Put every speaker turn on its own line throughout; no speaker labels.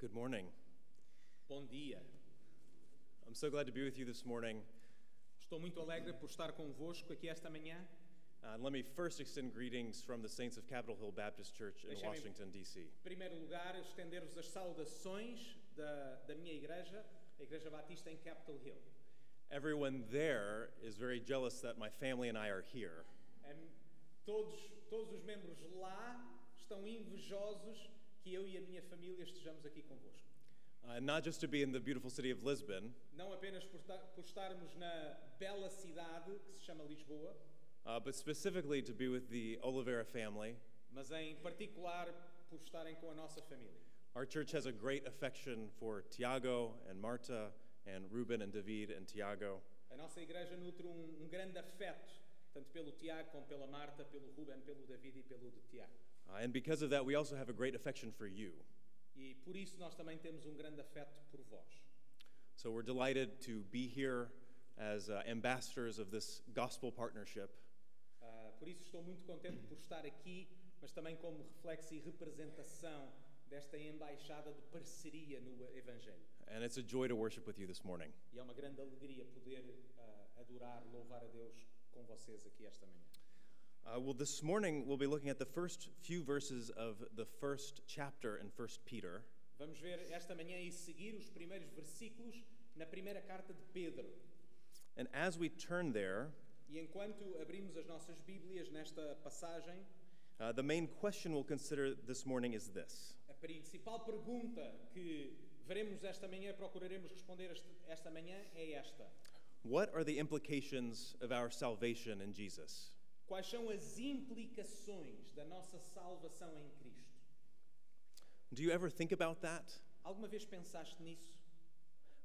Good morning.
Bom dia.
I'm so glad to be with you this morning.
Estou muito alegre por estar convosco aqui esta manhã.
Uh, let me first extend greetings from the Saints of Capitol Hill Baptist Church in
Deixa-me-
Washington, D.C.
Em primeiro lugar, estender-vos as saudações da, da minha igreja, a Igreja Batista em Capitol Hill.
Everyone there is very jealous that my family and I are here.
Em- Todos, todos os membros lá estão invejosos que eu e a minha família estejamos aqui convosco.
Uh, not just to be in the beautiful city of Lisbon,
Não apenas por, ta- por estarmos na bela cidade que se chama Lisboa,
uh, but specifically to be with the Oliveira family.
mas em particular por estarem com a nossa família.
Our church has a great affection for Tiago and Marta and Ruben and David and Tiago.
A nossa igreja nutre um, um grande afeto, tanto pelo Tiago como pela Marta, pelo Ruben, pelo David e pelo de Tiago.
Uh, and because of that, we also have a great affection for you.
E por isso nós também temos um grande afeto por vós.
So we're delighted to be here as uh, ambassadors of this gospel partnership.
Ah, por isso estou muito contente por estar aqui, mas também como reflexo e representação desta embaixada de parceria no Evangelho.
And it's a joy to worship with you this morning.
E é uma grande alegria poder ah, adorar, louvar a Deus com vocês aqui esta manhã.
Uh, well, this morning we'll be looking at the first few verses of the first chapter in 1 Peter.
Vamos ver esta manhã e seguir os primeiros versículos na primeira carta de Pedro.
And as we turn there,
E enquanto abrimos as nossas Bíblias nesta passagem,
uh, the main question we'll consider this morning is this
a principal pergunta que veremos esta manhã, procuraremos responder este- esta manhã, é esta:
What are the implications of our salvation in Jesus?
Quais são as implicações da nossa salvação em Cristo?
Do you ever think about that?
Alguma vez pensaste nisso?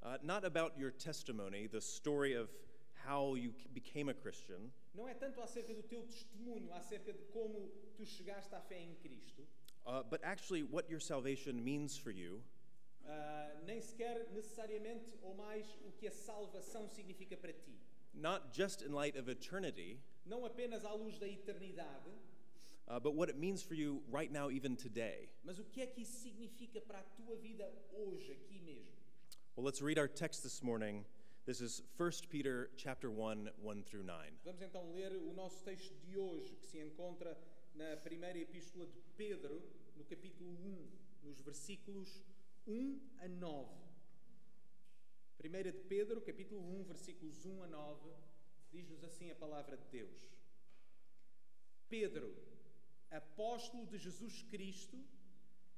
Uh, not about your testimony, the story of how you became a Christian.
Não é tanto acerca do teu testemunho, acerca de como tu chegaste à fé em Cristo,
Uh, but actually, what your salvation means for you
ah, nem sequer necessariamente ou mais o que a salvação significa para ti.
not just in light of eternity,
Não apenas à luz da eternidade,
uh, but what it means for you right now, even today.
Mas o que é que isso significa para a tua vida hoje, aqui mesmo?
Well, let's read our text this morning. This is 1 Peter chapter 1, 1 through 9.
Vamos então ler o nosso texto de hoje, que se encontra na primeira epístola de Pedro, no capítulo 1, nos versículos 1 a 9. Primeira de Pedro, capítulo 1, versículos 1 a 9, diz-nos assim a palavra de Deus. Pedro, apóstolo de Jesus Cristo,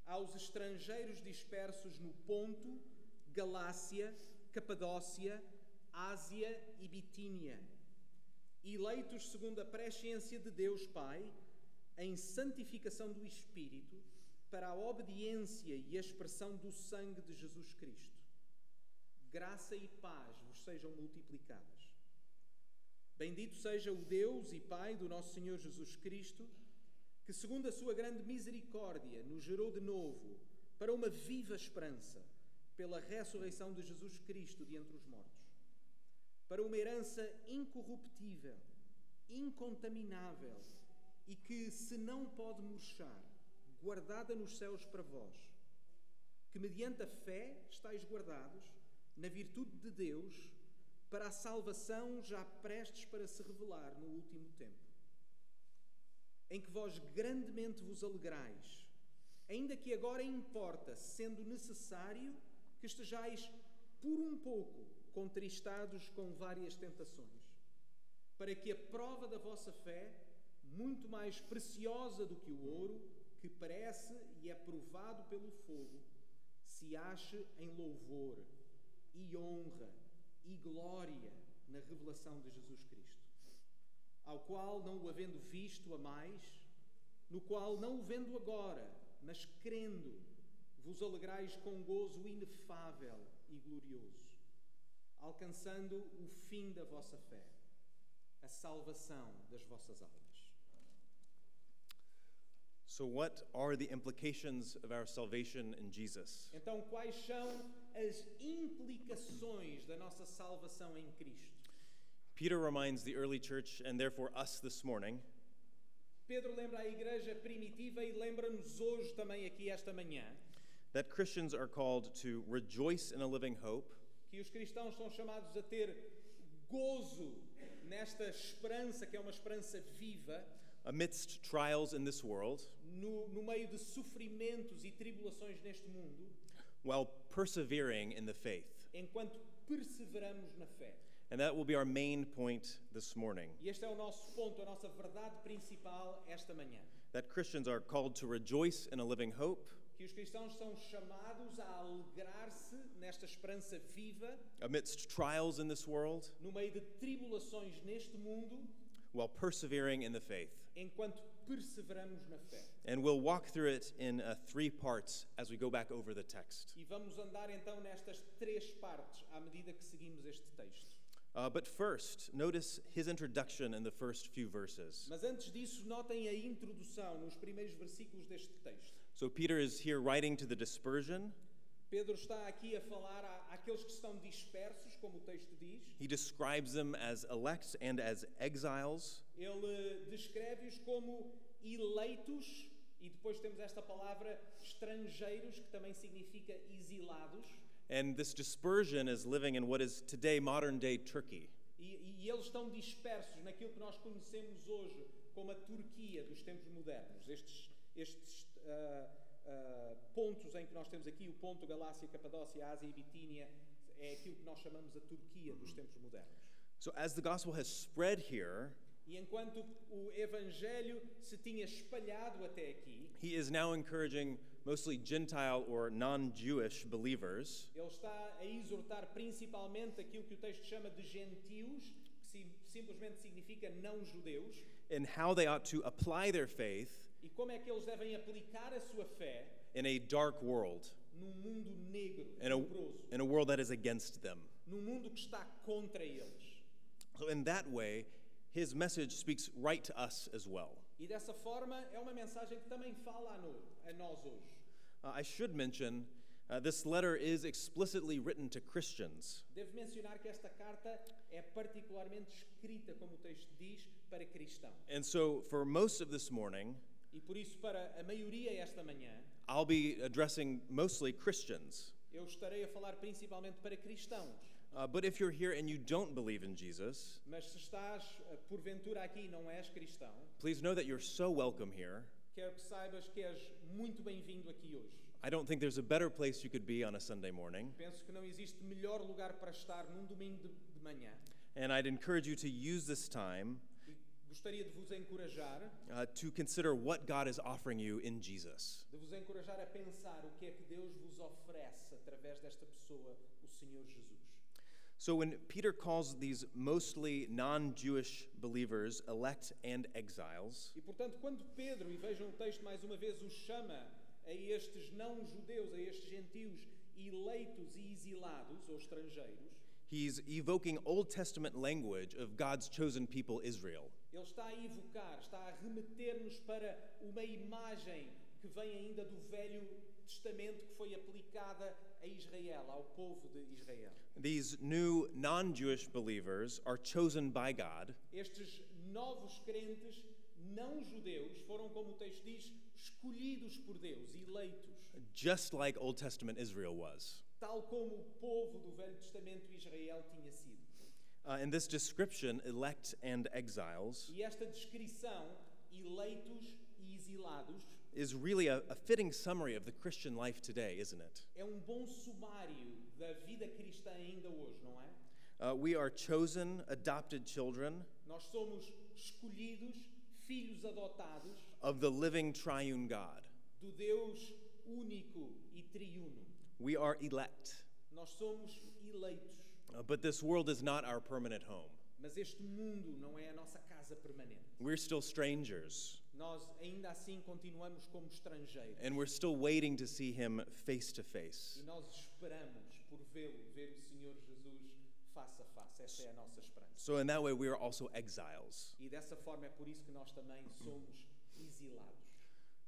aos estrangeiros dispersos no Ponto, Galácia, Capadócia, Ásia e Bitínia, eleitos segundo a presciência de Deus Pai, em santificação do Espírito, para a obediência e a expressão do sangue de Jesus Cristo. Graça e paz vos sejam multiplicadas. Bendito seja o Deus e Pai do nosso Senhor Jesus Cristo, que, segundo a sua grande misericórdia, nos gerou de novo para uma viva esperança pela ressurreição de Jesus Cristo de entre os mortos, para uma herança incorruptível, incontaminável e que se não pode murchar, guardada nos céus para vós que mediante a fé estáis guardados na virtude de Deus para a salvação já prestes para se revelar no último tempo. Em que vós grandemente vos alegrais, ainda que agora importa, sendo necessário, que estejais por um pouco contristados com várias tentações, para que a prova da vossa fé, muito mais preciosa do que o ouro, que parece e é provado pelo fogo, se ache em louvor e honra e glória na revelação de Jesus Cristo, ao qual, não o havendo visto a mais, no qual, não o vendo agora, mas crendo, vos alegrais com gozo inefável e glorioso, alcançando o fim da vossa fé, a salvação das vossas almas.
So, what are the implications of our salvation in Jesus?
Então, quais são as implicações da nossa salvação em Cristo?
Peter reminds the early church, and therefore us this morning,
Pedro lembra a igreja primitiva e lembra-nos hoje também, aqui esta manhã,
that Christians are called to rejoice in a living hope,
que os cristãos são chamados a ter gozo nesta esperança, que é uma esperança viva,
amidst trials in this world,
no, no meio de sofrimentos e tribulações neste mundo,
while persevering in the faith.
enquanto perseveramos na fé.
And that will be our main point this morning
E este é o nosso ponto, a nossa verdade principal esta manhã.
that Christians are called to rejoice in a living hope,
Que os cristãos são chamados a alegrar-se nesta esperança viva,
amidst trials in this world,
no meio de tribulações neste mundo,
while persevering in the faith.
enquanto perseveramos na fé.
And we'll walk through it in uh, three parts as we go back over the text.
E vamos andar então nestas três partes à medida que seguimos este texto.
Uh, but first, notice his introduction in the first few verses.
Mas antes disso, notem a introdução nos primeiros versículos deste texto.
So Peter is here writing to the dispersion.
Pedro está aqui a falar à, àqueles que estão dispersos, como o texto diz.
He describes them as elect and as exiles.
Ele eh, descreve-os como eleitos, e depois temos esta palavra estrangeiros, que também significa exilados.
And this dispersion is living in what is today modern day Turkey.
E, e eles estão dispersos naquilo que nós conhecemos hoje como a Turquia dos tempos modernos. Estes, estes ah, ah, pontos em que nós temos aqui, o ponto Galácia, Capadócia, Ásia e Bitínia, é aquilo que nós chamamos a Turquia dos tempos modernos.
So as the gospel has spread here,
E enquanto o Evangelho se tinha espalhado até aqui,
he is now encouraging mostly Gentile or non Jewish believers
ele está a exortar principalmente aquilo que o texto chama de gentios, que sim- simplesmente significa não-judeus,
in how they ought to apply their faith
e como é que eles devem aplicar a sua fé
in a dark world,
num mundo negro,
in a,
tenebroso,
in a world that is against them.
num mundo que está contra eles.
So, in that way, his message speaks right to us as well.
E dessa forma é uma mensagem que também fala a no- a nós hoje.
Uh, I should mention uh, this letter is explicitly written to Christians.
Devo mencionar que esta carta é particularmente escrita, como o texto diz, para cristãos.
And so, for most of this morning,
E por isso, para a maioria esta manhã,
I'll be addressing mostly Christians.
eu estarei a falar principalmente para cristãos.
Uh, but if you're here and you don't believe in Jesus,
Mas se estás eh, porventura aqui e não és cristão,
please know that you're so welcome here.
quero que saibas que és muito bem-vindo aqui hoje.
I don't think there's a better place you could be on a Sunday morning.
Penso que não existe melhor lugar para estar num domingo de, de manhã.
And I'd encourage you to use this time
E gostaria de vos encorajar,
uh, to consider what God is offering you in Jesus.
de vos encorajar a pensar o que é que Deus vos oferece através desta pessoa, o Senhor Jesus.
So when Peter calls these mostly non Jewish believers elect and exiles,
E portanto, quando Pedro, e vejam o texto mais uma vez, os chama a estes não-judeus, a estes gentios eleitos e exilados ou estrangeiros,
he's evoking Old Testament language of God's chosen people, Israel.
ele está a evocar, está a remeter-nos para uma imagem que vem ainda do Velho Testamento que foi aplicada a Israel, ao povo de Israel.
These new non Jewish believers are chosen by God
Estes novos crentes não-judeus foram, como o texto diz, escolhidos por Deus, eleitos.
just like Old Testament Israel was.
tal como o povo do Velho Testamento Israel tinha sido.
Uh, in this description, elect and exiles,
E esta descrição, eleitos e exilados,
is really a, a fitting summary of the Christian life today, isn't it?
é um bom sumário da vida cristã ainda hoje, não é?
Uh, we are chosen, adopted children
Nós somos escolhidos, filhos adotados
of the living triune God.
do Deus único e triuno.
We are elect.
Nós somos eleitos,
Uh, but this world is not our permanent home.
mas este mundo não é a nossa casa permanente.
We're still strangers,
Nós ainda assim continuamos como estrangeiros
and we're still waiting to see him face to
e
face.
nós esperamos por vê-lo, ver o Senhor Jesus face a face. Essa é a nossa esperança.
So, in that way, we are also exiles.
E dessa forma é por isso que nós também somos exilados.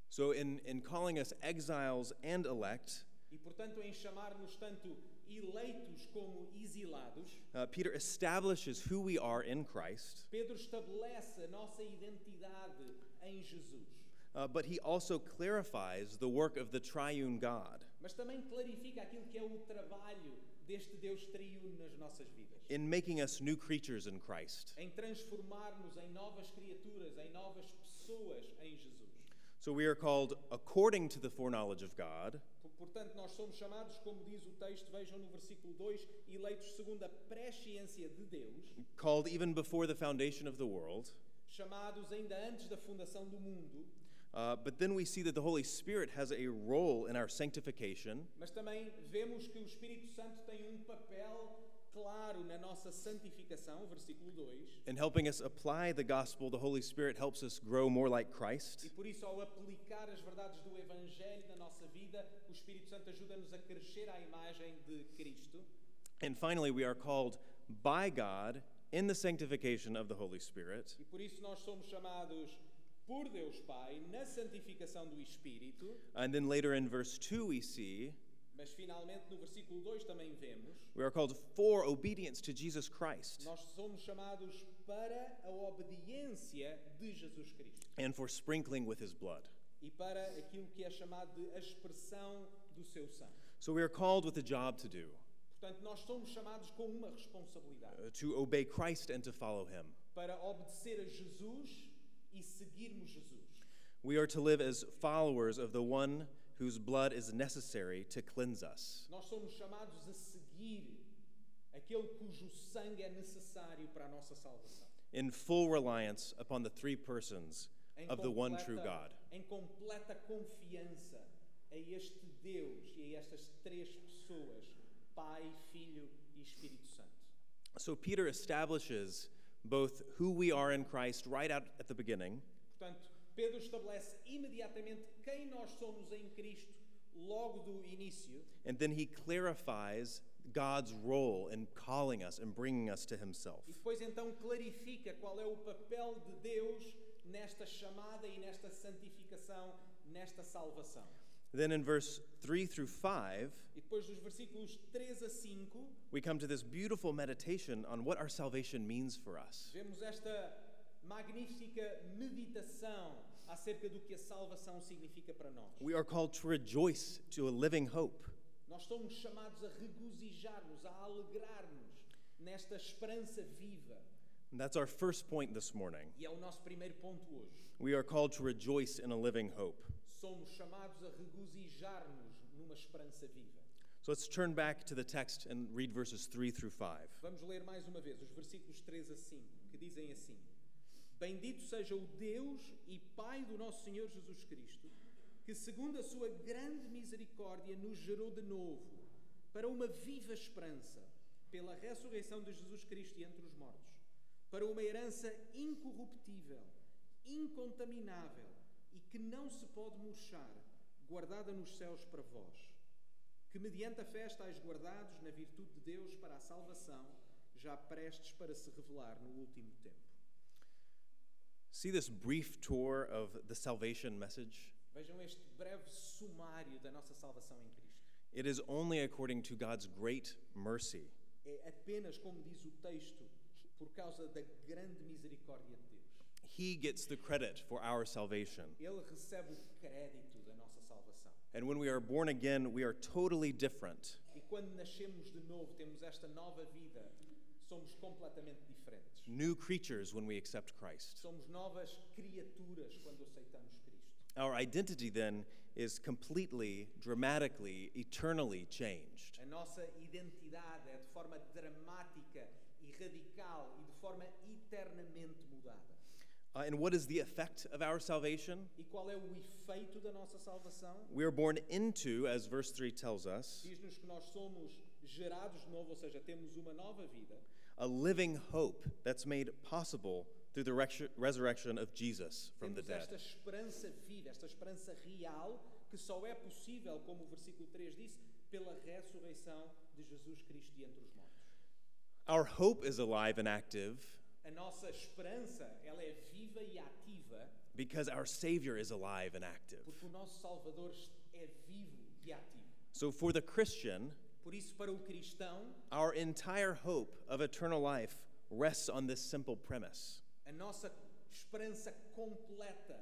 So, in, in calling us exiles and elect,
E portanto, em chamar-nos tanto eleitos como exilados,
uh, Peter establishes who we are in Christ,
Pedro estabelece a nossa identidade em Jesus.
uh, but he also clarifies the work of the triune God.
mas também clarifica aquilo que é o trabalho deste Deus triuno nas nossas vidas.
in making us new creatures in Christ.
Em transformar-nos em novas criaturas, em novas pessoas em Jesus.
So we are called according to the foreknowledge of God
Por- Portanto, nós somos chamados, como diz o texto, vejam no versículo 2, eleitos segundo a presciência de Deus,
called even before the foundation of the world.
chamados ainda antes da fundação do mundo,
Uh, but then we see that the Holy Spirit has a role in our sanctification,
mas também vemos que o Espírito Santo tem um papel claro na nossa santificação, versículo 2.
in helping us apply the gospel. The Holy Spirit helps us grow more like Christ.
E por isso, ao aplicar as verdades do Evangelho na nossa vida, o Espírito Santo ajuda-nos a crescer à imagem de Cristo.
And finally, we are called by God in the sanctification of the Holy Spirit.
E por isso, nós somos chamados por Deus Pai na santificação do Espírito.
And then later in verse 2, we see
Mas finalmente, no versículo 2 também vemos:
we are called for obedience to Jesus Christ
nós somos chamados para a obediência de Jesus Cristo
and for sprinkling with his blood.
e para aquilo que é chamado de a expressão do seu sangue.
So we are called with a job to do
Portanto, nós somos chamados com uma responsabilidade
uh, to obey Christ and to follow him.
para obedecer a Jesus e seguirmos Jesus.
We are to live as followers of the one whose blood is necessary to cleanse us.
Nós somos chamados a seguir aquele cujo sangue é necessário para a nossa salvação.
in full reliance upon the three persons
Em
of the one true
completa-
God.
Em completa confiança a este Deus e a estas três pessoas, Pai, Filho e Espírito Santo.
So Peter establishes both who we are in Christ right out at the beginning,
Portanto, Pedro estabelece imediatamente quem nós somos em Cristo logo do início
and then he clarifies God's role in calling us and bringing us to himself.
e depois então clarifica qual é o papel de Deus nesta chamada e nesta santificação, nesta salvação.
Then in verse 3 through 5,
E depois dos versículos 3 a 5,
we come to this beautiful meditation on what our salvation means for us.
Vemos esta magnífica meditação acerca do que a salvação significa para nós.
We are called to rejoice to a living hope,
Nós somos chamados a regozijar-nos, a alegrar-nos nesta esperança viva.
and that's our first point this morning.
E é o nosso primeiro ponto hoje.
We are called to rejoice in a living hope.
Somos chamados a regozijar-nos numa esperança viva.
So let's turn back to the text and read verses 3 through 5.
Vamos ler mais uma vez os versículos 3 a 5, que dizem assim: Bendito seja o Deus e Pai do nosso Senhor Jesus Cristo, que, segundo a sua grande misericórdia, nos gerou de novo para uma viva esperança pela ressurreição de Jesus Cristo entre os mortos, para uma herança incorruptível, incontaminável e que não se pode murchar, guardada nos céus para vós que mediante a fé estáis guardados na virtude de Deus para a salvação, já prestes para se revelar no último tempo.
See this brief tour of the salvation message?
Vejam este breve sumário da nossa salvação em Cristo.
It is only according to God's great mercy.
É apenas, como diz o texto, por causa da grande misericórdia de Deus.
He gets the credit for our salvation.
Ele recebe o crédito da nossa salvação.
And when we are born again, we are totally different.
E quando nascemos de novo, temos esta nova vida, somos completamente diferentes.
New creatures when we accept Christ.
Somos novas criaturas quando aceitamos Cristo.
Our identity then is completely, dramatically, eternally changed.
A nossa identidade é de forma dramática e radical e de forma eternamente mudada.
Uh, and what is the effect of our salvation?
E qual é o efeito da nossa salvação?
We are born into, as verse 3 tells us,
Diz-nos que nós somos gerados de novo, ou seja, temos uma nova vida,
a living hope that's made possible through the rex- resurrection of Jesus from the
temos esta
dead.
esperança viva, esta esperança real que só é possível, como o versículo 3 disse, pela ressurreição de Jesus Cristo de entre os mortos.
Our hope is alive and active
A nossa esperança, ela é viva e ativa,
because our Savior is alive and active.
porque o nosso Salvador é vivo e ativo.
So, for the Christian,
Por isso, para o cristão,
our entire hope of eternal life rests on this simple premise
a nossa esperança completa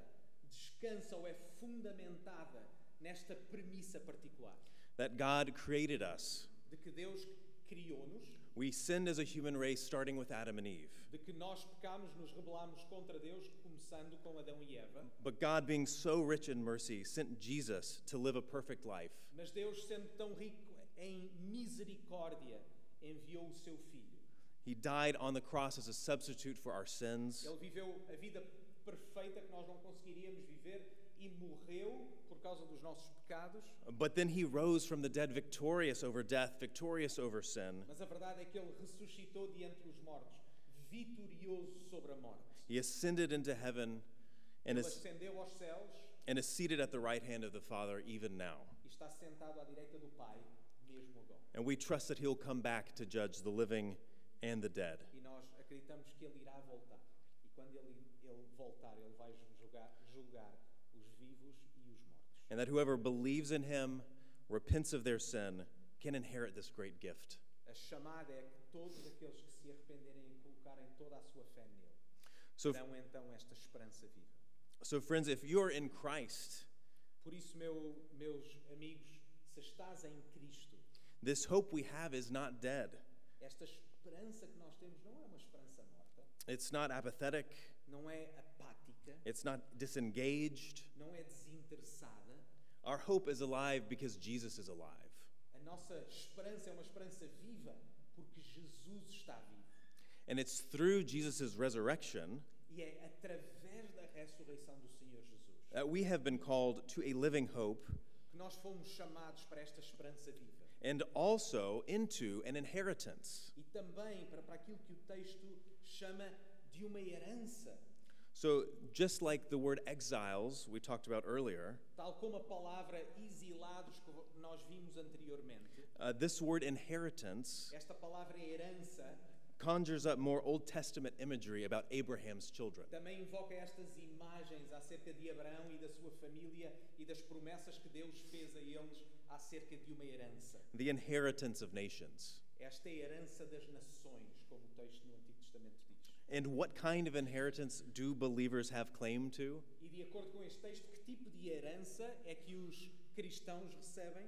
descansa ou é fundamentada nesta premissa particular:
that God created us.
de que Deus criou-nos,
We sinned as a human race, starting with Adam and Eve.
de que nós pecámos, nos rebelámos contra Deus, começando com Adão e Eva.
But God, being so rich in mercy, sent Jesus to live a perfect life.
Mas Deus, sendo tão rico em misericórdia, enviou o seu filho.
He died on the cross as a substitute for our sins.
Ele viveu a vida perfeita que nós não conseguiríamos viver e morreu por causa dos nossos pecados.
But then he rose from the dead victorious over death, victorious over sin.
Mas a verdade é que ele ressuscitou de entre os mortos, vitorioso sobre a morte.
He ascended into heaven and is,
Ele ascendeu aos céus
and is seated at the right hand of the Father even now.
e está sentado à direita do Pai, mesmo agora.
And we trust that he'll come back to judge the living and the dead.
E nós acreditamos que ele irá voltar. E quando ele, ele voltar, ele vai julgar, julgar os vivos e os mortos.
And that whoever believes in him, repents of their sin, can inherit this great gift.
A chamada é que todos aqueles que se arrependerem e colocarem toda a sua fé nele,
So,
dão então esta esperança viva.
so friends, if you're in Christ,
Por isso, meu, meus amigos, se estás em Cristo,
this hope we have is not dead.
esta esperança que nós temos não é uma esperança morta,
It's not apathetic,
não é apática,
it's not disengaged.
não é desinteressada.
Our hope is alive because Jesus is alive.
A nossa esperança é uma esperança viva porque Jesus está vivo.
And it's through Jesus' resurrection
E é através da ressurreição do Senhor Jesus
that we have been called to a living hope
que nós fomos chamados para esta esperança viva.
and also into an inheritance.
E também para, para aquilo que o texto chama de uma herança.
So, just like the word exiles we talked about earlier,
Tal como a palavra exilados que vo- nós vimos anteriormente,
uh, this word inheritance
esta palavra herança
conjures up more Old Testament imagery about Abraham's children.
também invoca estas imagens acerca de Abraão e da sua família e das promessas que Deus fez a eles acerca de uma herança.
the inheritance of nations.
Esta é a herança das nações, como o texto no Antigo Testamento diz.
And what kind of inheritance do believers have claim to?
E de acordo com este texto, que tipo de herança é que os cristãos recebem?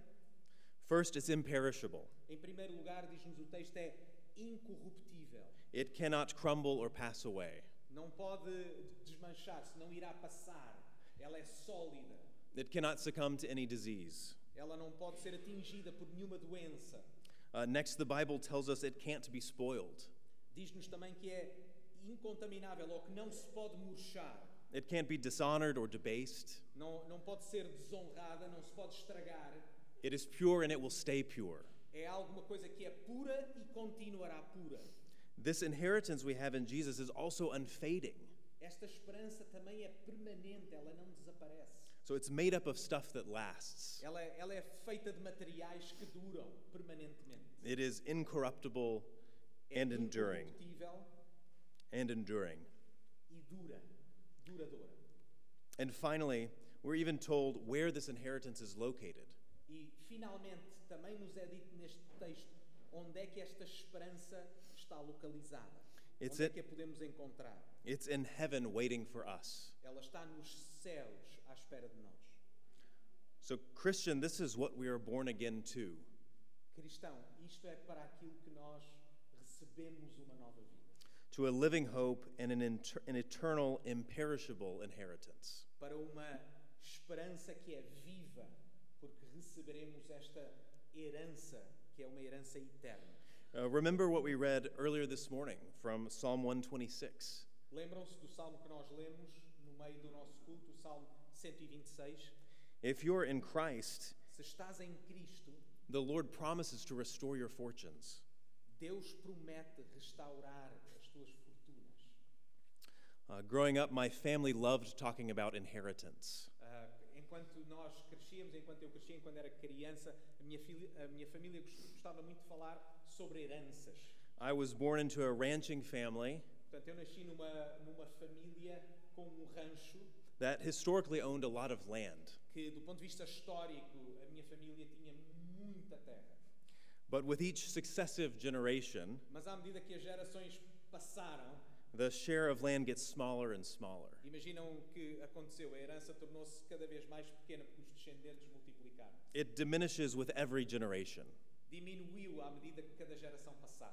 First, it's imperishable.
Em primeiro lugar, diz-nos o texto, é incorruptível.
It cannot crumble or pass away.
Não pode desmanchar-se, não irá passar. Ela é sólida.
It cannot succumb to any disease.
Ela não pode ser atingida por nenhuma doença.
Uh, next, the Bible tells us it can't be spoiled.
Diz-nos também que é incontaminável ou que não se pode murchar.
It can't be dishonored or debased.
Não, não pode ser desonrada, não se pode estragar.
It is pure and it will stay pure.
É alguma coisa que é pura e continuará pura.
This inheritance we have in Jesus is also unfading.
Esta esperança também é permanente, ela não desaparece.
So it's made up of stuff that lasts.
Ela, ela é feita de materiais que duram permanentemente.
It is incorruptible
É
and enduring.
incorruptível
And enduring.
e dura, duradoura.
And finally, we're even told where this inheritance is located.
E finalmente também nos é dito neste texto onde é que esta esperança está localizada.
It's
onde é
it-
que a podemos encontrar?
It's in heaven waiting for us.
Ela está nos céus à espera de nós.
So, Christian, this is what we are born again to.
Cristão, isto é para aquilo que nós recebemos uma nova vida,
to a living hope and an, inter- an eternal, imperishable inheritance.
para uma esperança que é viva, porque receberemos esta herança que é uma herança eterna.
Uh, remember what we read earlier this morning from Psalm 126.
Lembram-se do salmo que nós lemos no meio do nosso culto, o salmo 126?
If you're in Christ,
Se estás em Cristo,
the Lord promises to restore your fortunes.
Deus promete restaurar as tuas fortunas.
Uh, growing up, my family loved talking about inheritance.
Ah, enquanto nós crescíamos, enquanto eu crescia, enquanto era criança, a minha, fili- a minha família gost- gostava muito de falar sobre heranças.
I was born into a ranching family
Portanto, eu nasci numa, numa família com um rancho
that historically owned a lot of land.
que, do ponto de vista histórico, a minha família tinha muita terra.
But with each successive generation,
Mas à medida que as gerações passaram,
the share of land gets smaller and smaller.
Imaginam o que aconteceu. A herança tornou-se cada vez mais pequena porque os descendentes multiplicaram.
It diminishes with every generation.
Diminuiu à medida que cada geração passava.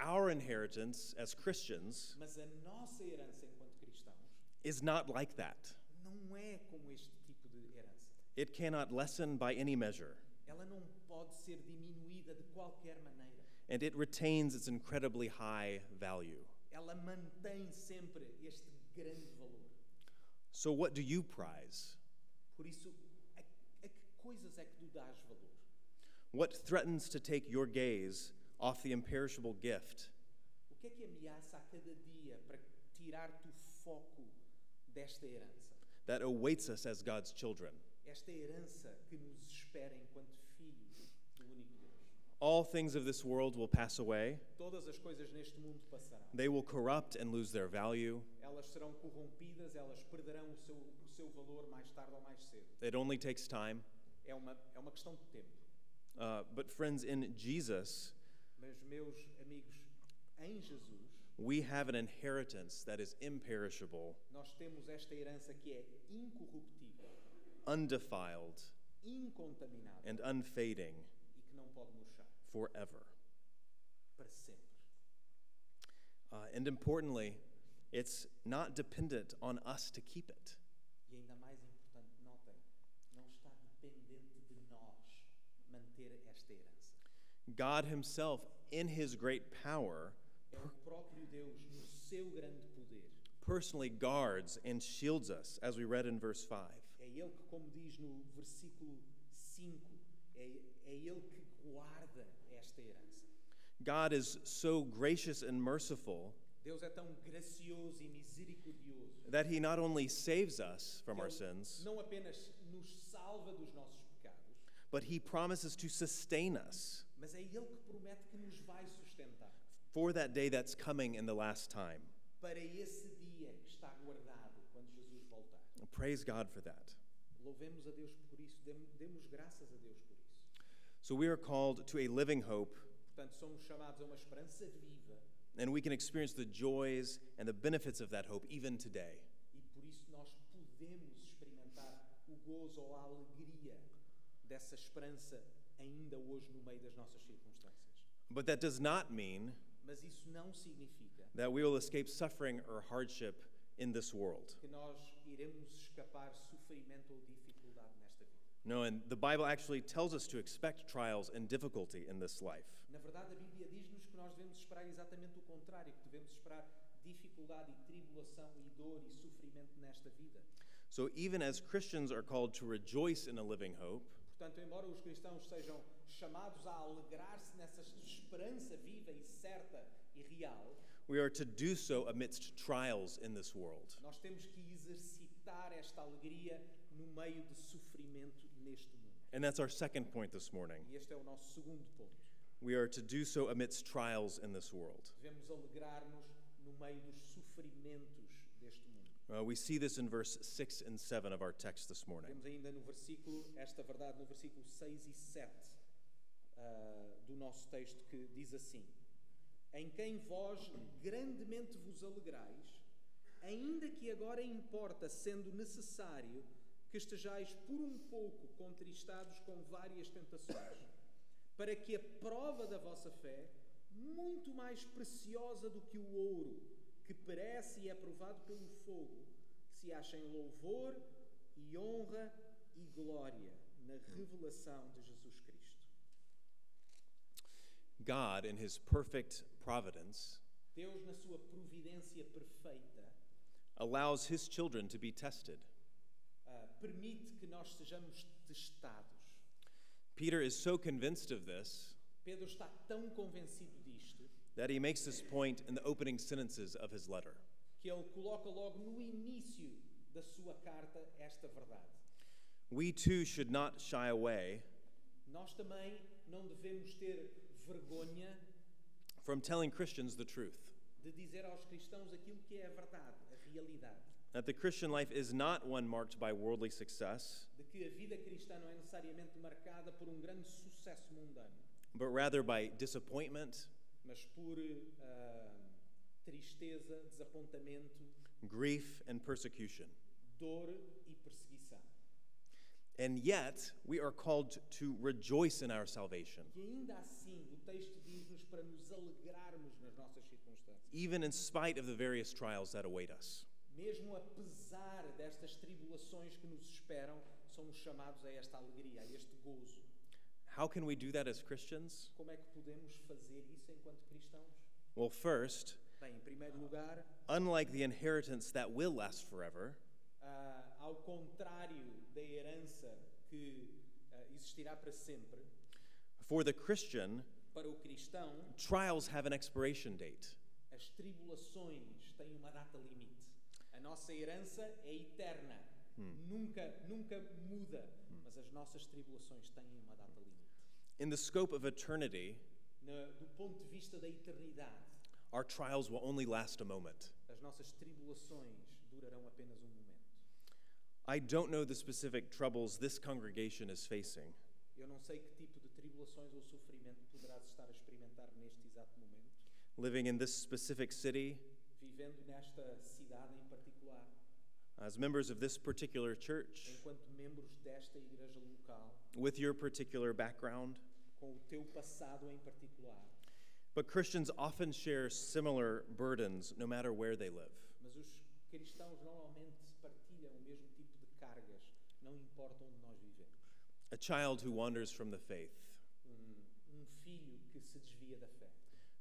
Our inheritance as Christians
Mas a nossa herança enquanto cristãos
is not like that.
não é como este tipo de herança.
It cannot lessen by any measure,
Ela não pode ser diminuída de qualquer maneira.
and it retains its incredibly high value.
Ela mantém sempre este grande valor.
So, what do you prize?
Por isso, a, a que coisas é que tu dás valor?
What threatens to take your gaze off the imperishable gift
O que é que ameaça a cada dia para tirar-te o foco desta herança?
that awaits us as God's children?
Esta herança que nos espera enquanto filhos do único Deus.
All things of this world will pass away,
Todas as coisas neste mundo passarão.
they will corrupt and lose their value.
Elas serão corrompidas, elas perderão o seu, o seu valor mais tarde ou mais cedo.
It only takes time.
É uma, é uma questão de tempo.
Uh, but, friends, in Jesus,
Mas, meus amigos, em Jesus,
we have an inheritance that is imperishable,
nós temos esta herança que é incorruptível,
undefiled,
incontaminável
and unfading
e que não pode murchar
forever.
para sempre.
Uh, and importantly, it's not dependent on us to keep it.
E ainda mais importante, notem, não está dependente de nós manter esta herança.
God Himself, in His great power,
É o próprio Deus, no seu grande poder.
personally guards and shields us, as we read in verse 5.
É Ele que, como diz no versículo 5, é, é Ele que guarda esta herança.
God is so gracious and merciful
Deus é tão gracioso e misericordioso.
that He not only saves us from our
Ele
sins,
Não apenas nos salva dos nossos pecados,
but He promises to sustain us
mas é Ele que promete que nos vai sustentar
for that day that's coming in the last time.
para esse dia que está guardado quando Jesus voltar.
Praise God for that.
Louvemos a Deus por isso, dem- demos graças a Deus por isso.
So we are called to a living hope,
Portanto, somos chamados a uma esperança viva
and we can experience the joys and the benefits of that hope even today.
e por isso nós podemos experimentar o gozo ou a alegria dessa esperança ainda hoje no meio das nossas circunstâncias.
But that does not mean
Mas isso não significa
that we will escape suffering or hardship in this world.
que nós iremos escapar sofrimento ou dificuldade nesta vida.
No, and the Bible actually tells us to expect trials and difficulty in this life.
Na verdade, a Bíblia diz-nos que nós devemos esperar exatamente o contrário, que devemos esperar dificuldade e tribulação e dor e sofrimento nesta vida.
So even as Christians are called to rejoice in a living hope,
Portanto, embora os cristãos sejam chamados a alegrar-se nessa esperança viva e certa e real,
we are to do so amidst trials in this world.
nós temos que exercitar esta alegria no meio de sofrimento neste mundo.
And that's our second point this morning.
E este é o nosso segundo ponto.
We are to do so amidst trials in this world.
Devemos alegrar-nos no meio dos sofrimentos deste mundo.
Uh, we see this in verse 6 and 7 of our text this morning.
Temos ainda no versículo, esta verdade, no versículo 6 e 7 ah, do nosso texto, que diz assim: Em quem vós grandemente vos alegrais, ainda que agora importa, sendo necessário, que estejais por um pouco contristados com várias tentações, para que a prova da vossa fé, muito mais preciosa do que o ouro, que perece e é provado pelo fogo, se acha em louvor e honra e glória na revelação de Jesus Cristo.
God, in his perfect providence,
Deus, na sua providência perfeita,
allows his children to be tested.
ah, permite que nós sejamos testados.
Peter is so convinced of this
Pedro está tão convencido disto
that he makes this point in the opening sentences of his letter.
que ele coloca logo no início da sua carta esta verdade.
We too should not shy away
Nós também não devemos ter vergonha
from telling Christians the truth
de dizer aos cristãos aquilo que é a verdade, a realidade.
that the Christian life is not one marked by worldly success,
De que a vida cristã não é necessariamente marcada por um grande sucesso mundano,
but rather by disappointment,
mas por eh, ah, tristeza, desapontamento,
grief, and persecution.
dor e perseguição.
And yet, we are called to rejoice in our salvation,
E ainda assim, o texto diz-nos para nos alegrarmos nas nossas circunstâncias.
even in spite of the various trials that await us.
Mesmo apesar destas tribulações que nos esperam, somos chamados a esta alegria, a este gozo.
How can we do that as Christians?
Como é que podemos fazer isso enquanto cristãos?
Well, first,
Bem, em primeiro lugar,
unlike the inheritance that will last forever,
ah, ao contrário da herança que ah, existirá para sempre,
for the Christian,
para o cristão,
trials have an expiration date.
as tribulações têm uma data limite. A nossa herança é eterna, nunca, nunca muda, mas as nossas tribulações têm uma data limite.
In the scope of eternity,
Na- do ponto de vista da eternidade,
our trials will only last a moment.
as nossas tribulações durarão apenas um momento.
I don't know the specific troubles this congregation is facing,
Eu não sei que tipo de tribulações ou sofrimento poderás estar a experimentar neste exato momento,
living in this specific city,
vivendo nesta cidade em particular,
as members of this particular church,
enquanto membros desta igreja local,
with your particular background.
com o teu passado em particular.
But Christians often share similar burdens no matter where they live.
Mas os cristãos normalmente partilham o mesmo tipo de cargas, não importa onde nós vivemos.
A child who wanders from the faith,
Um, um filho que se desvia da fé,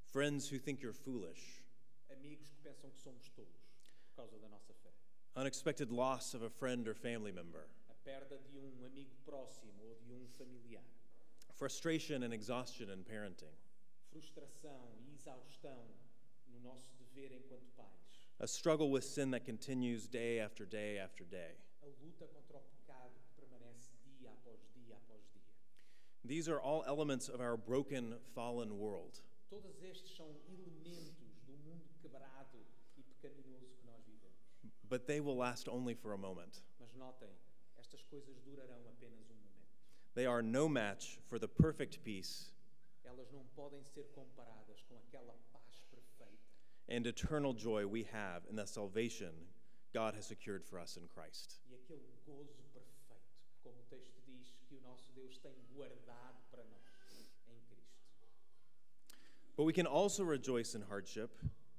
friends who think you're foolish,
amigos que pensam que somos tolos por causa da nossa fé,
unexpected loss of a friend or family member,
a perda de um amigo próximo ou de um familiar,
frustration and exhaustion in parenting,
frustração e exaustão no nosso dever enquanto pais,
a struggle with sin that continues day after day after day.
a luta contra o pecado que permanece dia após dia após dia.
These are all elements of our broken, fallen world.
Todos estes são elementos do mundo quebrado e pecaminoso que nós vivemos.
But they will last only for a moment.
Mas notem, estas coisas durarão apenas um momento.
They are no match for the perfect peace
Elas não podem ser comparadas com aquela paz perfeita
and eternal joy we have in the salvation God has secured for us in Christ.
e aquele gozo perfeito, como o texto diz, que o nosso Deus tem guardado para nós em Cristo.
But we can also rejoice in hardship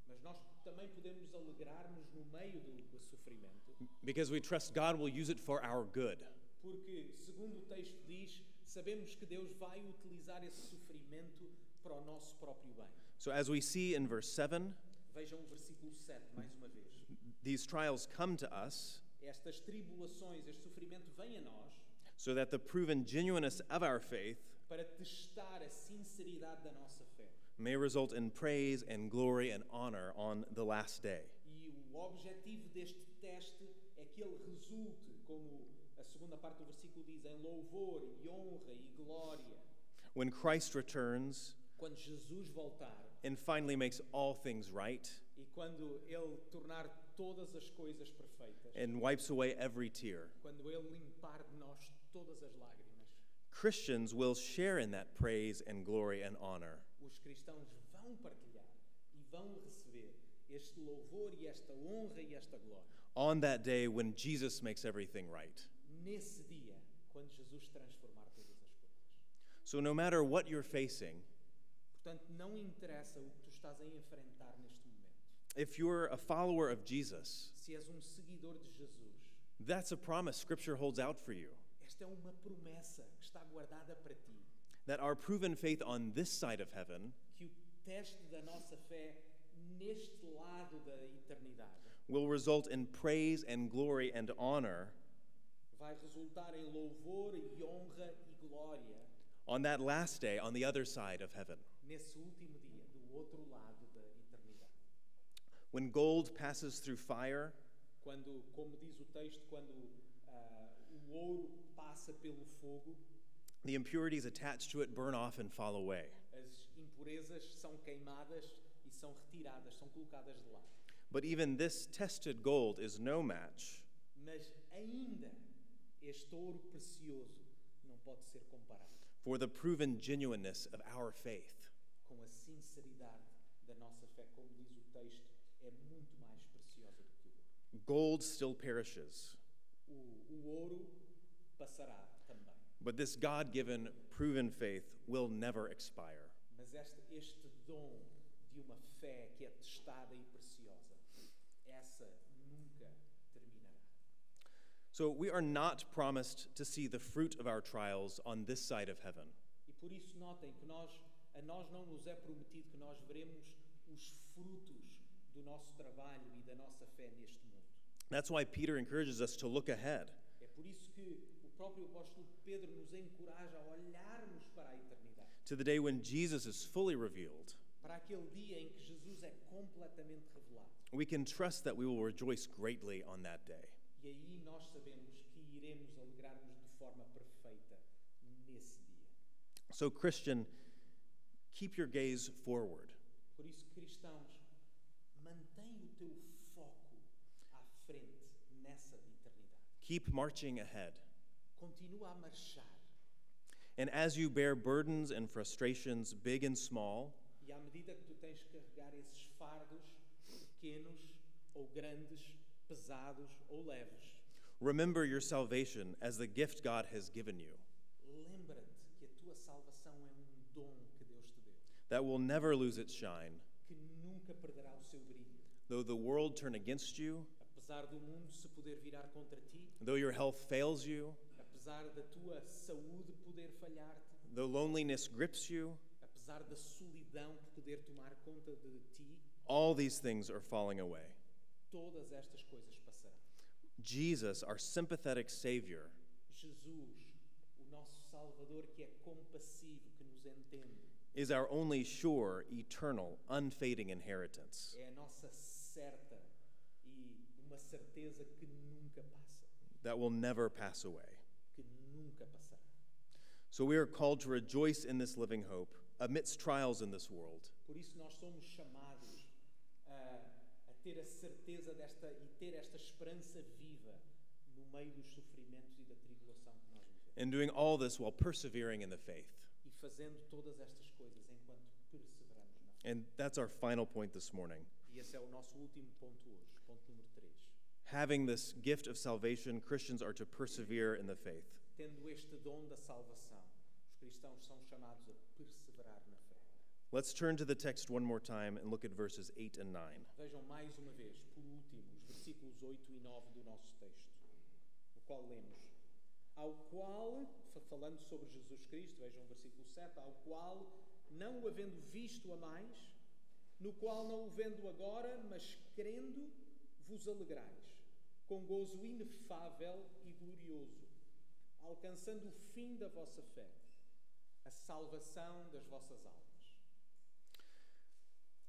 Mas nós também podemos nos alegrar-nos no meio do, do sofrimento,
because we trust God will use it for our good.
porque, segundo o texto diz, sabemos que Deus vai utilizar esse sofrimento para o nosso próprio bem.
So, as we see in verse 7,
Vejam o versículo 7 mais uma vez.
these trials come to us
Estas tribulações, este sofrimento vem a nós
so that the proven genuineness of our faith
para testar a sinceridade da nossa fé.
may result in praise and glory and honor on the last day.
E o objetivo deste teste é que ele resulte, como a segunda parte do versículo diz, em louvor e honra e glória,
When Christ returns
quando Jesus voltar
and finally makes all things right
e quando ele tornar todas as coisas perfeitas,
and wipes away every tear,
quando ele limpar de nós todas as lágrimas,
Christians will share in that praise and glory and honor.
os cristãos vão partilhar e vão receber este louvor e esta honra e esta glória.
on that day when Jesus makes everything right.
Nesse dia, quando Jesus transformar todas as coisas.
So, no matter what you're facing,
Portanto, não interessa o que tu estás a enfrentar neste momento.
if you're a follower of Jesus,
Se és um seguidor de Jesus,
that's a promise Scripture holds out for you
esta é uma promessa que está guardada para ti,
that our proven faith on this side of heaven
que o teste da nossa fé neste lado da eternidade
will result in praise and glory and honor
vai resultar em louvor e honra e glória
on that last day on the other side of heaven.
nesse último dia, do outro lado da eternidade.
When gold passes through fire
Quando, como diz o texto, quando ah, o ouro passa pelo fogo,
the impurities attached to it burn off and fall away.
as impurezas são queimadas e são retiradas, são colocadas de lado.
But even this tested gold is no match
Mas ainda este ouro precioso não pode ser comparado
for the proven genuineness of our faith.
com a sinceridade da nossa fé, como diz o texto, é muito mais preciosa do que o ouro.
Gold still perishes,
O, o ouro passará também.
but this God given, proven faith will never expire.
Mas este, este dom de uma fé que é testada e preciosa, essa nunca terminará.
So we are not promised to see the fruit of our trials on this side of heaven.
E por isso notem que nós, a nós não nos é prometido que nós veremos os frutos do nosso trabalho e da nossa fé neste mundo.
That's why Peter encourages us to look ahead.
É por isso que o próprio apóstolo Pedro nos encoraja a olharmos para a eternidade,
to the day when Jesus is fully revealed,
para aquele dia em que Jesus é completamente revelado.
we can trust that we will rejoice greatly on that day.
E aí nós sabemos que iremos alegrar-nos de forma perfeita nesse dia.
So, Christian, keep your gaze forward.
Por isso, cristãos, mantém o teu foco à frente nessa eternidade.
Keep marching ahead.
Continua a marchar.
And as you bear burdens and frustrations, big and small,
E à medida que tu tens que carregar esses fardos, pequenos ou grandes, pesados ou leves,
remember your salvation as the gift God has given you
lembra-te que a tua salvação é um dom que Deus te deu,
that will never lose its shine.
que nunca perderá o seu brilho.
Though the world turn against you,
Apesar do mundo se poder virar contra ti,
though your health fails you,
apesar da tua saúde poder falhar-te,
though loneliness grips you,
apesar da solidão poder tomar conta de ti,
all these things are falling away.
todas estas coisas passarão.
Jesus, our sympathetic Savior,
Jesus, o nosso Salvador que é compassivo, que nos entende,
is our only sure, eternal, unfading inheritance.
é a nossa certa e uma certeza que nunca passa,
that will never pass away.
que nunca passará.
So we are called to rejoice in this living hope amidst trials in this world,
Por isso nós somos chamados a, a ter a certeza desta e ter esta esperança viva no meio dos sofrimentos e da tribulação que nós vivemos.
and doing all this while persevering in the faith.
E fazendo todas estas coisas enquanto perseveramos na fé.
And that's our final point this morning.
E esse é o nosso último ponto hoje, ponto número 3.
Having this gift of salvation, Christians are to persevere in the faith.
Tendo este dom da salvação, os cristãos são chamados a perseverar na fé.
Let's turn to the text one more time and look at verses 8 and 9.
Vejam mais uma vez, por último, os versículos 8 e 9 do nosso texto, o qual lemos. Ao qual, fa- falando sobre Jesus Cristo, vejam o versículo 7, ao qual, não o havendo visto a mais, no qual não o vendo agora, mas crendo, vos alegrais, com gozo inefável e glorioso, alcançando o fim da vossa fé, a salvação das vossas almas.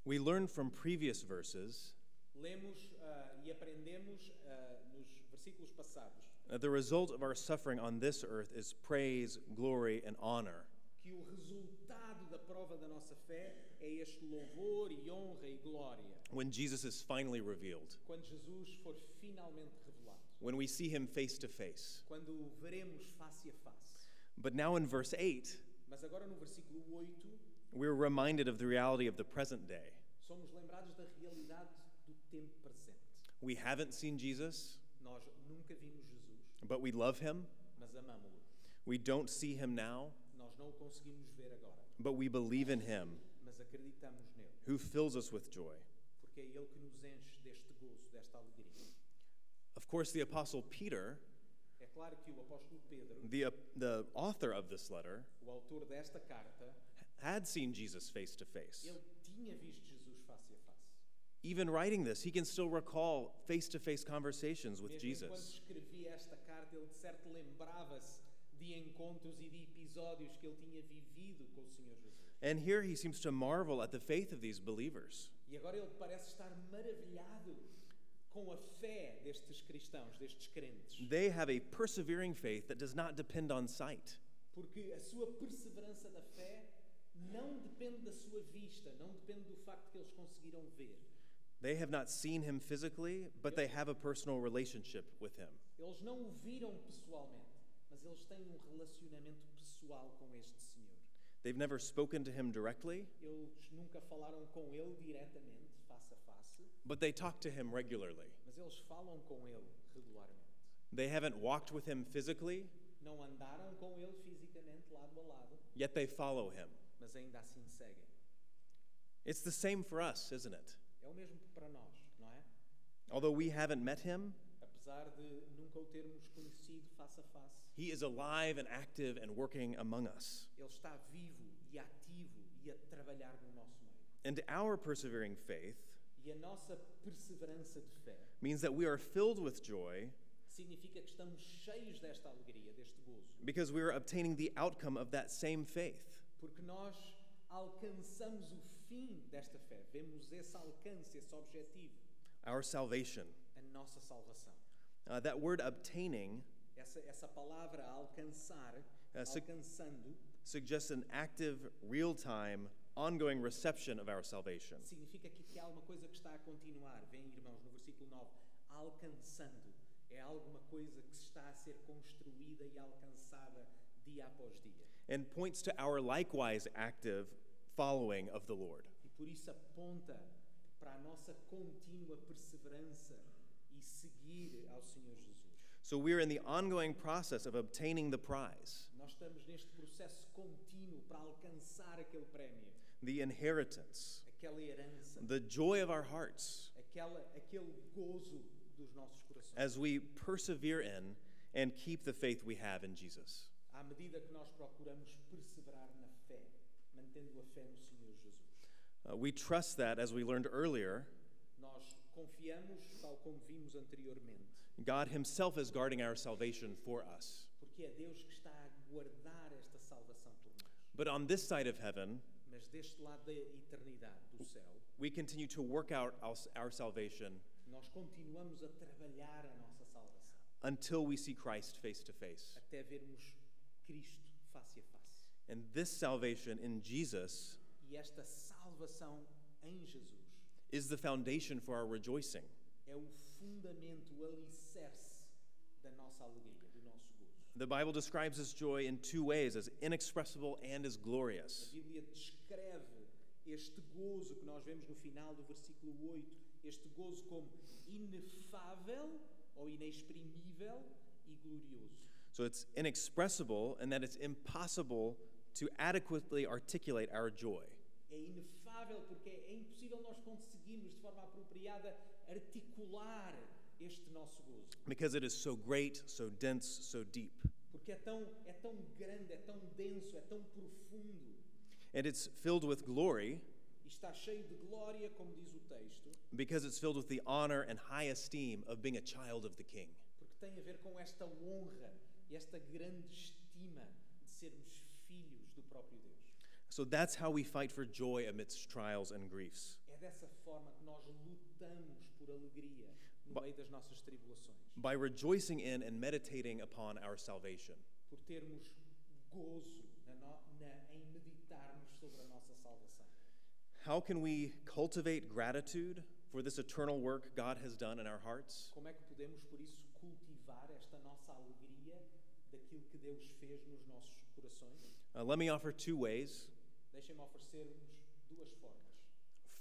We learn from previous verses
Lemos ah, e aprendemos ah, nos versículos passados
that the result of our suffering on this earth is praise, glory, and honor.
que o resultado da prova da nossa fé é este louvor e honra e glória
when Jesus is finally revealed,
quando Jesus for finalmente revelado,
when we see him face to face.
quando o veremos face a face.
But now in verse 8,
Mas agora no versículo 8,
we're reminded of the reality of the present day.
somos lembrados da realidade do tempo presente.
We haven't seen Jesus,
Nós nunca vimos Jesus,
but we love him.
mas amamos-lo.
We don't see him now,
Nós não o conseguimos ver agora,
but we believe in him,
mas acreditamos nele,
who fills us with joy.
porque é ele que nos enche deste gozo, desta alegria.
Of course, the Apostle Peter,
É claro que o apóstolo Pedro,
the, uh, the author of this letter,
o autor desta carta,
had seen Jesus face to face.
ele tinha visto Jesus face a face.
Even writing this, he can still recall face to face conversations with
Mesmo enquanto
Jesus.
escrevia esta carta, ele de certo lembrava-se de encontros e de episódios que ele tinha vivido com o Senhor Jesus.
And here he seems to marvel at the faith of these believers.
E agora ele parece estar maravilhado com a fé destes cristãos, destes crentes,
They have a persevering faith that does not depend on sight.
porque a sua perseverança da fé não depende da sua vista, não depende do facto que eles conseguiram ver.
They have not seen him physically, but they have a personal relationship with him.
Eles não o viram pessoalmente, mas eles têm um relacionamento pessoal com este Senhor.
They've never spoken to him directly,
Eles nunca falaram com ele diretamente, face a face,
but they talk to him regularly.
mas eles falam com ele regularmente.
They haven't walked with him physically,
Não andaram com ele fisicamente lado a lado,
yet they follow him.
mas ainda assim seguem.
It's the same for us, isn't it?
É o mesmo para nós, não é?
Although we haven't met him,
Apesar de nunca o termos conhecido face a face,
he is alive and active and working among us.
ele está vivo e ativo e a trabalhar no nosso meio.
And our persevering faith
E a nossa perseverança de fé
means that we are filled with joy
significa que estamos cheios desta alegria, deste gozo,
because we are obtaining the outcome of that same faith.
porque nós alcançamos o fim desta fé, vemos esse alcance, esse objetivo,
our salvation.
a nossa salvação.
Uh, that word obtaining
Essa, essa palavra alcançar,
É, se-
alcançando,
suggests an active, real time, ongoing reception of our salvation.
significa que, que há alguma coisa que está a continuar. Vem, irmãos, no versículo 9, alcançando. É alguma coisa que está a ser construída e alcançada dia após dia.
And points to our likewise active following of the Lord.
E por isso aponta para a nossa contínua perseverança e seguir ao Senhor Jesus.
So we're in the ongoing process of obtaining the prize,
Nós estamos neste processo contínuo para alcançar aquele prémio,
the inheritance,
aquela herança,
the joy of our hearts
aquela, aquele gozo dos nossos corações.
as we persevere in and keep the faith we have in Jesus.
À medida que nós procuramos perseverar na fé, mantendo a fé no Senhor Jesus.
Uh, we trust that, as we learned earlier,
Nós confiamos, tal como vimos anteriormente,
God Himself is guarding our salvation for us.
porque é Deus que está a guardar esta salvação por nós.
But on this side of heaven,
Mas deste lado da eternidade, do céu,
we continue to work out our, our salvation
Nós continuamos a trabalhar a nossa salvação
until we see Christ face to face.
até vermos Cristo face a face.
And this salvation in Jesus
E esta salvação em Jesus
is the foundation for our rejoicing.
é o fundamento, o alicerce da nossa alegria, do nosso gozo.
The Bible describes this joy in two ways as inexpressible and as
A
glorious.
Bíblia descreve este gozo que nós vemos no final do versículo 8, este gozo como inefável ou inexprimível e glorioso.
So it's inexpressible in that it's impossible to adequately articulate our joy.
é inefável porque é impossível nós conseguirmos de forma apropriada articular este nosso gozo,
Because it is so great, so dense, so deep.
porque é tão é tão grande, é tão denso, é tão profundo
And it's filled with glory
e está cheio de glória, como diz o texto,
because it's filled with the honor and high esteem of being a child of the King.
porque tem a ver com esta honra e esta grande estima de sermos filhos do próprio Deus.
So that's how we fight for joy amidst trials and griefs.
É dessa forma que nós lutamos por alegria no
Ba-
meio das nossas tribulações,
by rejoicing in and meditating upon our salvation.
por termos gozo na no- na- em meditarmos sobre a nossa salvação.
How can we cultivate gratitude for this eternal work God has done in our hearts?
Como é que podemos, por isso, cultivar esta nossa alegria daquilo que Deus fez nos nossos corações?
Uh, let me offer two ways.
Deixem-me oferecer-vos duas formas.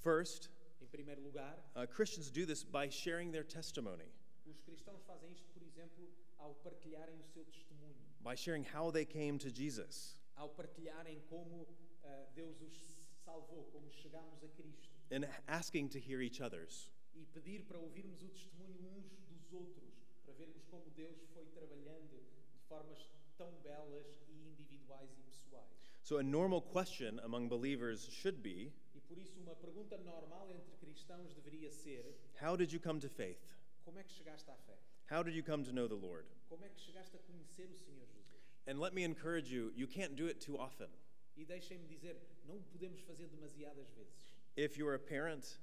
First,
Em primeiro lugar,
uh, Christians do this by sharing their testimony,
os cristãos fazem isto, por exemplo, ao partilharem o seu testemunho,
by sharing how they came to Jesus,
ao partilharem como ah, Deus os salvou, como chegámos a Cristo,
and asking to hear each other's.
e pedir para ouvirmos o testemunho uns dos outros, para vermos como Deus foi trabalhando de formas tão belas e individuais e pessoais.
So, a normal question among believers should be
E por isso, uma pergunta normal entre cristãos deveria ser:
How did you come to faith?
como é que chegaste à fé?
How did you come to know the Lord?
Como é que chegaste a conhecer o Senhor Jesus?
And let me encourage you, you can't do it too often.
E deixem-me dizer: não o podemos fazer demasiadas vezes.
If you're a parent,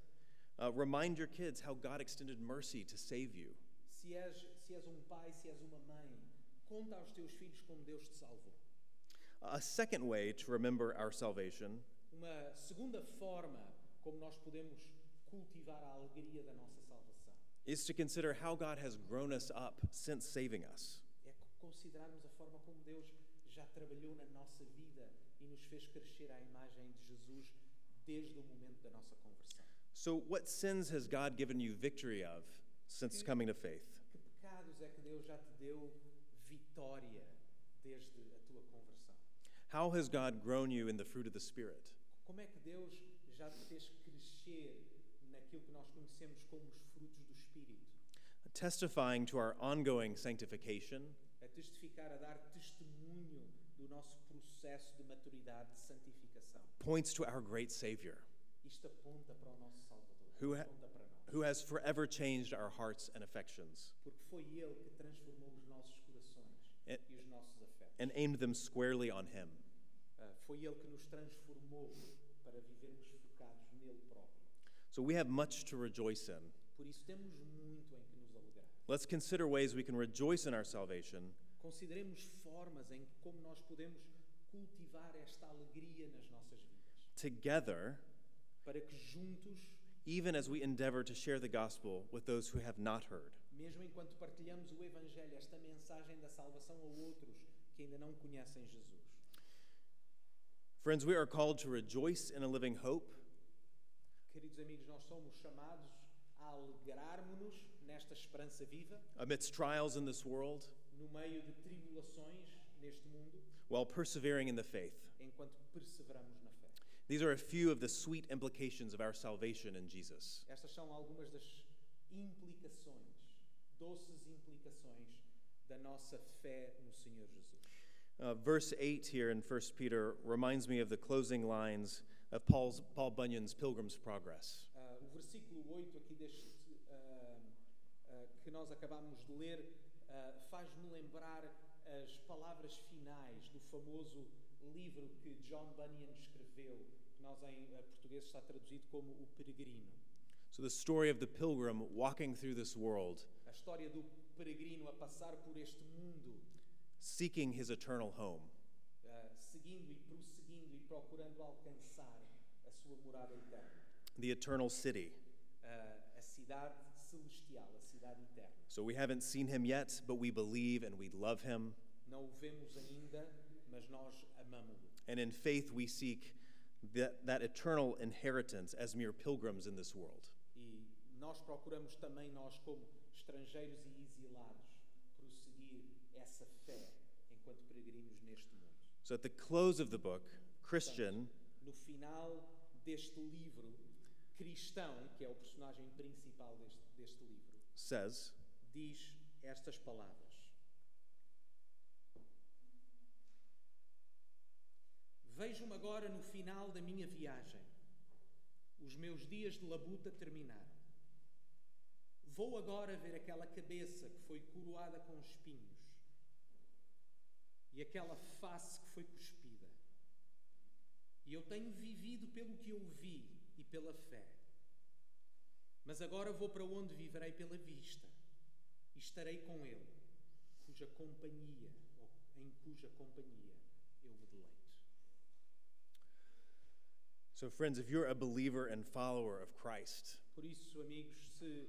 uh, remind your kids how God extended mercy to save you.
Se és, se és um pai, se és uma mãe, conta aos teus filhos como Deus te salvou.
A second way to remember our salvation
Uma segunda forma como nós podemos cultivar a alegria da nossa salvação
is to consider how God has grown us up since saving us.
é considerarmos a forma como Deus já trabalhou na nossa vida e e nos fez crescer à imagem de Jesus desde o momento da nossa conversão.
So, what sins has God given you victory of since coming to faith?
Que pecados é que Deus já te deu vitória desde a tua conversão?
How has God grown you in the fruit of the Spirit?
Como é que Deus já te fez crescer naquilo que nós conhecemos como os frutos do Espírito?
Testifying to our ongoing sanctification,
A testificar, a dar testemunho do nosso processo de maturidade, de santificação.
points to our great Savior,
Isto aponta para o nosso Salvador,
Who ha-
aponta para nós.
who has forever changed our hearts and affections
Porque foi Ele que transformou os nossos corações
É-
e os nossos afetos.
and aimed them squarely on Him.
Ah, foi Ele que nos transformou para vivermos focados nele próprio.
So, we have much to rejoice in.
Por isso temos muito em que nos alegrar.
Let's consider ways we can rejoice in our salvation
Consideremos formas em como nós podemos cultivar esta alegria nas nossas vidas,
together,
para que juntos,
even as we endeavor to share the gospel with those who have not heard.
mesmo enquanto partilhamos o evangelho, esta mensagem da salvação a outros que ainda não conhecem Jesus.
Friends, we are called to rejoice in a living hope,
Queridos amigos, nós somos chamados a alegrarmos-nos nesta esperança viva,
amidst trials in this world,
no meio de tribulações neste mundo,
while persevering in the faith.
enquanto perseveramos na fé.
These are a few of the sweet implications of our salvation in Jesus.
Estas são algumas das implicações, doces implicações da nossa fé no Senhor Jesus.
Uh, verse 8 here in 1 Peter reminds me of the closing lines of Paul's, Paul Bunyan's Pilgrim's Progress.
Ah, o versículo 8 aqui deste ah, ah, que nós acabámos de ler ah, faz-me lembrar as palavras finais do famoso livro que John Bunyan escreveu, que nós em ah, português está traduzido como O Peregrino.
So, the story of the pilgrim walking through this world,
A história do peregrino a passar por este mundo,
seeking his eternal home.
ah, seguindo e prosseguindo e procurando alcançar a sua morada eterna,
the eternal city.
ah, a cidade celestial, a cidade eterna.
So we haven't seen him yet, but we believe and we love him.
Não o vemos ainda, mas nós amamos-lo.
And in faith, we seek that, that eternal inheritance as mere pilgrims in this world.
E nós procuramos também, nós como estrangeiros e exilados, prosseguir essa fé enquanto peregrinos neste mundo.
So at the close of the book, Christian
No final deste livro, Cristão, que é o personagem principal deste, deste livro,
says,
diz estas palavras: Vejo-me agora no final da minha viagem. Os meus dias de labuta terminaram. Vou agora ver aquela cabeça que foi coroada com espinhos e aquela face que foi cuspida. E eu tenho vivido pelo que ouvi e pela fé. Mas agora vou para onde viverei pela vista e estarei com ele, cuja companhia, ou em cuja companhia eu me deleito.
So, friends, if you're a believer and follower of Christ,
Por isso, amigos, se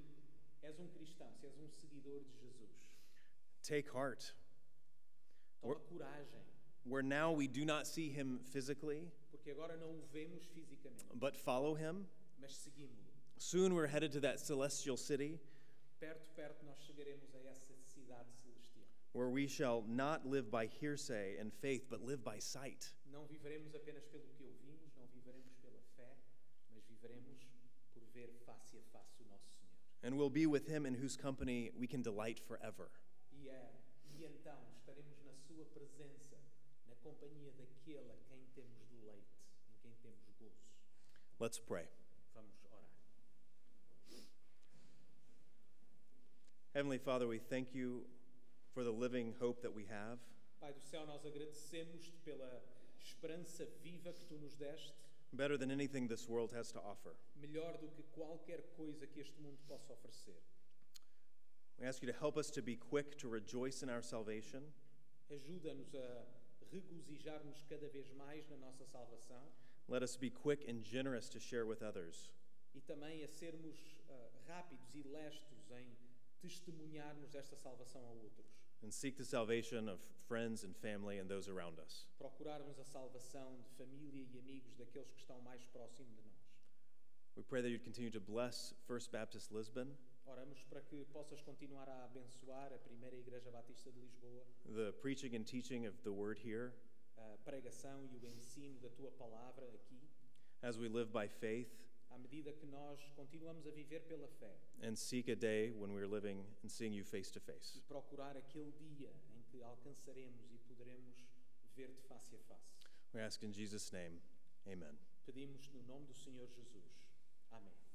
és um cristão, se és um seguidor de Jesus,
take heart.
toma
Or-
coragem,
Where now we do not see him physically,
porque agora não o vemos fisicamente,
but follow him.
mas seguimos-lo.
Soon we're headed to that celestial city
Perto, perto, nós chegaremos a essa cidade celestial.
where we shall not live by hearsay and faith, but live by sight.
Não viveremos apenas pelo que ouvimos, não viveremos pela fé, mas viveremos por ver face a face o nosso Senhor.
and we'll be with him in whose company we can delight forever.
E, é, e então estaremos na sua presença, na companhia daquele a quem temos deleite, em quem temos gozo.
Let's pray.
Vamos orar.
Heavenly Father, we thank you for the living hope that we have.
Pai do céu, nós agradecemos-te pela esperança viva que tu nos deste,
Better than anything this world has to offer.
melhor do que qualquer coisa que este mundo possa oferecer.
We ask you to help us to be quick to rejoice in our salvation,
Ajuda-nos a regozijarmos cada vez mais na nossa salvação
let us be quick and generous to share with others,
e também a sermos ah, rápidos e lestos em testemunharmos esta salvação a outros.
and seek the salvation of friends and family and those around us.
procurarmos a salvação de família e amigos daqueles que estão mais próximo de nós.
We pray that you'd continue to bless First Baptist Lisbon,
Oramos para que possas continuar a abençoar a primeira Igreja Batista de Lisboa,
the preaching and teaching of the word here,
a pregação e o ensino da tua palavra aqui,
as we live by faith
à medida que nós continuamos a viver pela fé
and seek a day when we are living and seeing you face to face.
e procurar aquele dia em que alcançaremos e poderemos ver-te face a face.
We ask in Jesus' name, amen.
Pedimos no nome do Senhor Jesus. Amém.